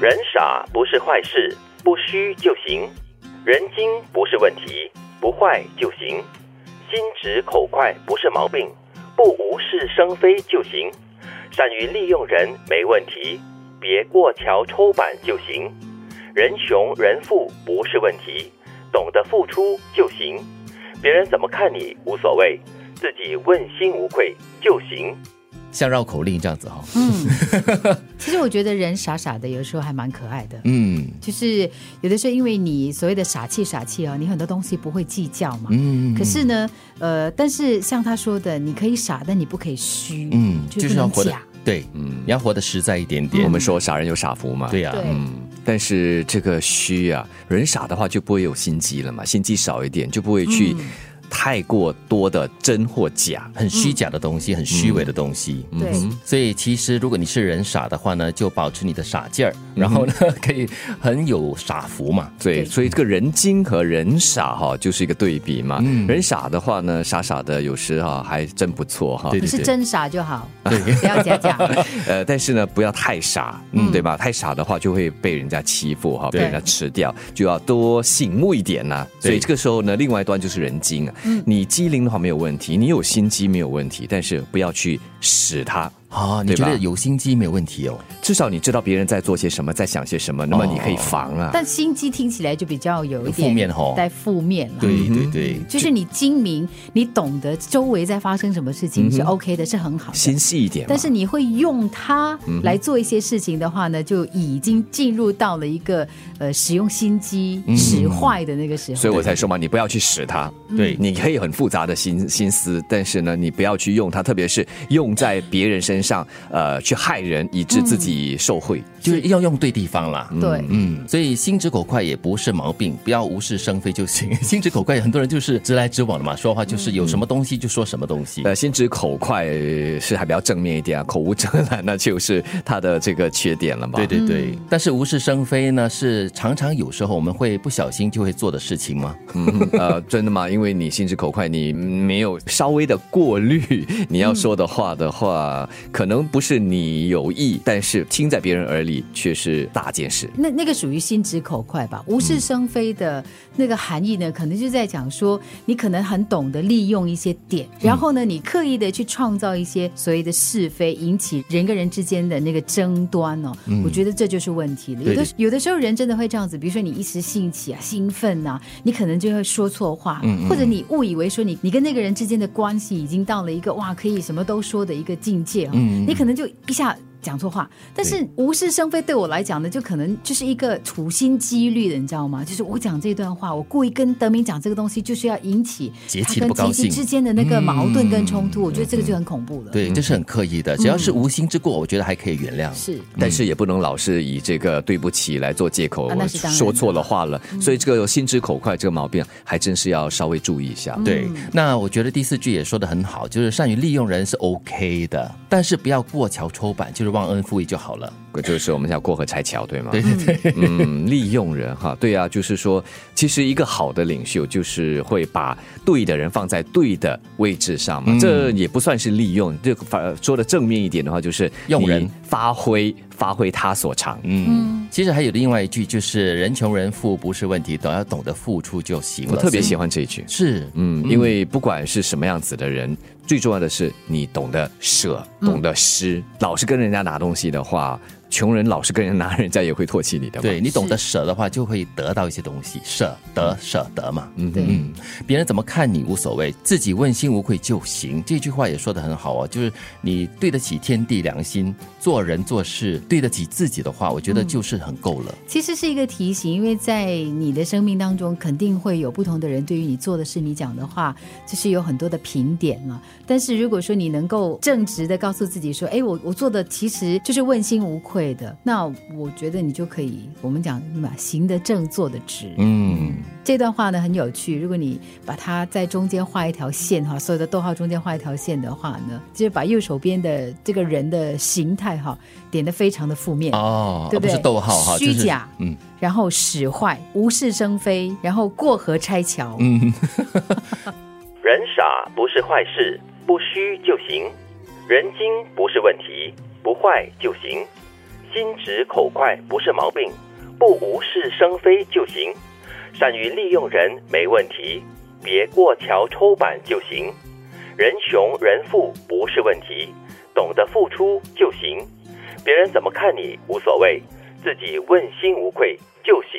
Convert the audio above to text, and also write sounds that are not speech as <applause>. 人傻不是坏事，不虚就行；人精不是问题，不坏就行；心直口快不是毛病，不无事生非就行；善于利用人没问题，别过桥抽板就行；人穷人富不是问题，懂得付出就行；别人怎么看你无所谓，自己问心无愧就行。像绕口令这样子哈、哦。嗯， <laughs> 其实我觉得人傻傻的，有时候还蛮可爱的。嗯就是有的时候，因为你所谓的傻气傻气哦，你很多东西不会计较嘛。嗯，可是呢，呃，但是像他说的，你可以傻，但你不可以虚，嗯，就就是不要能活得假。对，嗯你要活得实在一点点。我们说傻人有傻福嘛，对呀、啊对嗯，但是这个虚啊，人傻的话就不会有心机了嘛，心机少一点就不会去嗯太过多的真或假。很虚假的东西，很虚伪的东西。对嗯哼所以其实如果你是人傻的话呢，就保持你的傻劲儿，然后呢， <laughs> 可以很有傻福嘛。对，对所以这个人精和人傻哈、就是一个对比嘛。嗯人傻的话呢，傻傻的有时哈、还真不错哈、对你是真傻就好， <laughs> 不要假 <laughs> 假。 <laughs> 呃，但是呢，不要太傻，嗯，对吧？太傻的话就会被人家欺负哈，被对人家吃掉，就要多醒目一点呐、所以对这个时候呢，另外一端就是人精啊，嗯你机灵的话没有问题，你有心机没有问题，但是不要去使它。啊，你对吧觉得有心机没有问题哦？至少你知道别人在做些什么，在想些什么，那么哦你可以防啊。但心机听起来就比较有一有点负面哦带负面了。对对对，就是你精明，你懂得周围在发生什么事嗯情是 OK 的，是很好的。心细一点嘛，但是你会用它嗯来做一些事情的话呢，就已经进入到了一个呃使用心机使坏的那个时候。嗯所以我才说嘛，你不要去使它。对你可以很复杂的心心思，但是呢，你不要去用它，特别是用在别人身上，呃，去害人，以致自嗯己受贿。就是要用对地方啦。对，嗯，所以心直口快也不是毛病，不要无事生非就行。 <laughs> 心直口快，很多人就是直来直往的嘛，说话就是有什么东西就说什么东西。呃，心直口快呃是还比较正面一点啊，口无遮拦那就是他的这个缺点了嘛。对对对，但是无事生非呢，是常常有时候我们会不小心就会做的事情吗？嗯，呃，真的吗？因为你心直口快，你没有稍微的过滤你要说的话的话，可能不是你有意，但是听在别人耳里却是大件事。那那个属于心直口快吧，无事生非的那个含义呢，可能就在讲说，你可能很懂得利用一些点，嗯然后呢，你刻意的去创造一些所谓的是非，引起人跟人之间的那个争端哦。嗯我觉得这就是问题了。有的有的时候人真的会这样子，比如说你一时兴起啊、兴奋呐、你可能就会说错话，嗯或者你误以为说你你跟那个人之间的关系已经到了一个哇可以什么都说的一个境界哦，嗯你可能就一下。讲错话，但是无事生非对我来讲呢，就可能就是一个处心积虑的，你知道吗？就是我讲这段话，我故意跟德明讲这个东西，就是要引起节他气的跟不高杰西兴嗯之间的那个矛盾跟冲突，我觉得这个就很恐怖了。，对，嗯这是很刻意的，只要是无心之过，我觉得还可以原谅。是但是也不能老是以这个对不起来做借口，啊那是当然的嗯说错了话了。所以这个心直口快这个毛病，还真是要稍微注意一下。对，那我觉得第四句也说的很好，就是善于利用人是 OK 的，但是不要过桥抽板，就是忘恩负义就好了。嗯就是我们叫过河拆桥，对吗？对对对，嗯，利用人哈， <laughs> 对啊，就是说，其实一个好的领袖就是会把对的人放在对的位置上嗯嘛，这也不算是利用，这个反而说的正面一点的话，就是用人你发挥发挥他所长。嗯，其实还有另外一句，就是人穷人富不是问题，懂要懂得付出就行了。我特别所喜欢这一句以，是，嗯，因为不管是什么样子的人，最重要的是你懂得舍，嗯懂得施。老是跟人家拿东西的话，穷人老是跟人拿，人家也会唾弃你的嘛。对你懂得舍的话，就会得到一些东西，舍得舍得嘛。嗯对嗯，别人怎么看你无所谓，自己问心无愧就行。这句话也说的很好哦，就是你对得起天地良心，做人做事对得起自己的话，我觉嗯得就是很够了。其实是一个提醒，因为在你的生命当中，肯定会有不同的人对于你做的事、你讲的话，就是有很多的评点嘛。但是如果说你能够正直的告诉自己说，哎，我我做的其实就是问心无愧的，那我觉得你就可以，我们讲什么行得正，坐得直。嗯，这段话呢很有趣，如果你把它在中间画一条线哈，所有的逗号中间画一条线的话呢，就是把右手边的这个人的形态哈点得非常的负面。哦，对而不不对是逗号哈，虚就是假嗯然后使坏、无事生非，然后过河拆桥。嗯，人傻不是坏事，不虚就行；人精不是问题，不坏就行；心直口快不是毛病，不无事生非就行。善于利用人没问题，别过桥抽板就行。人穷人富不是问题，懂得付出就行。别人怎么看你无所谓，自己问心无愧就行。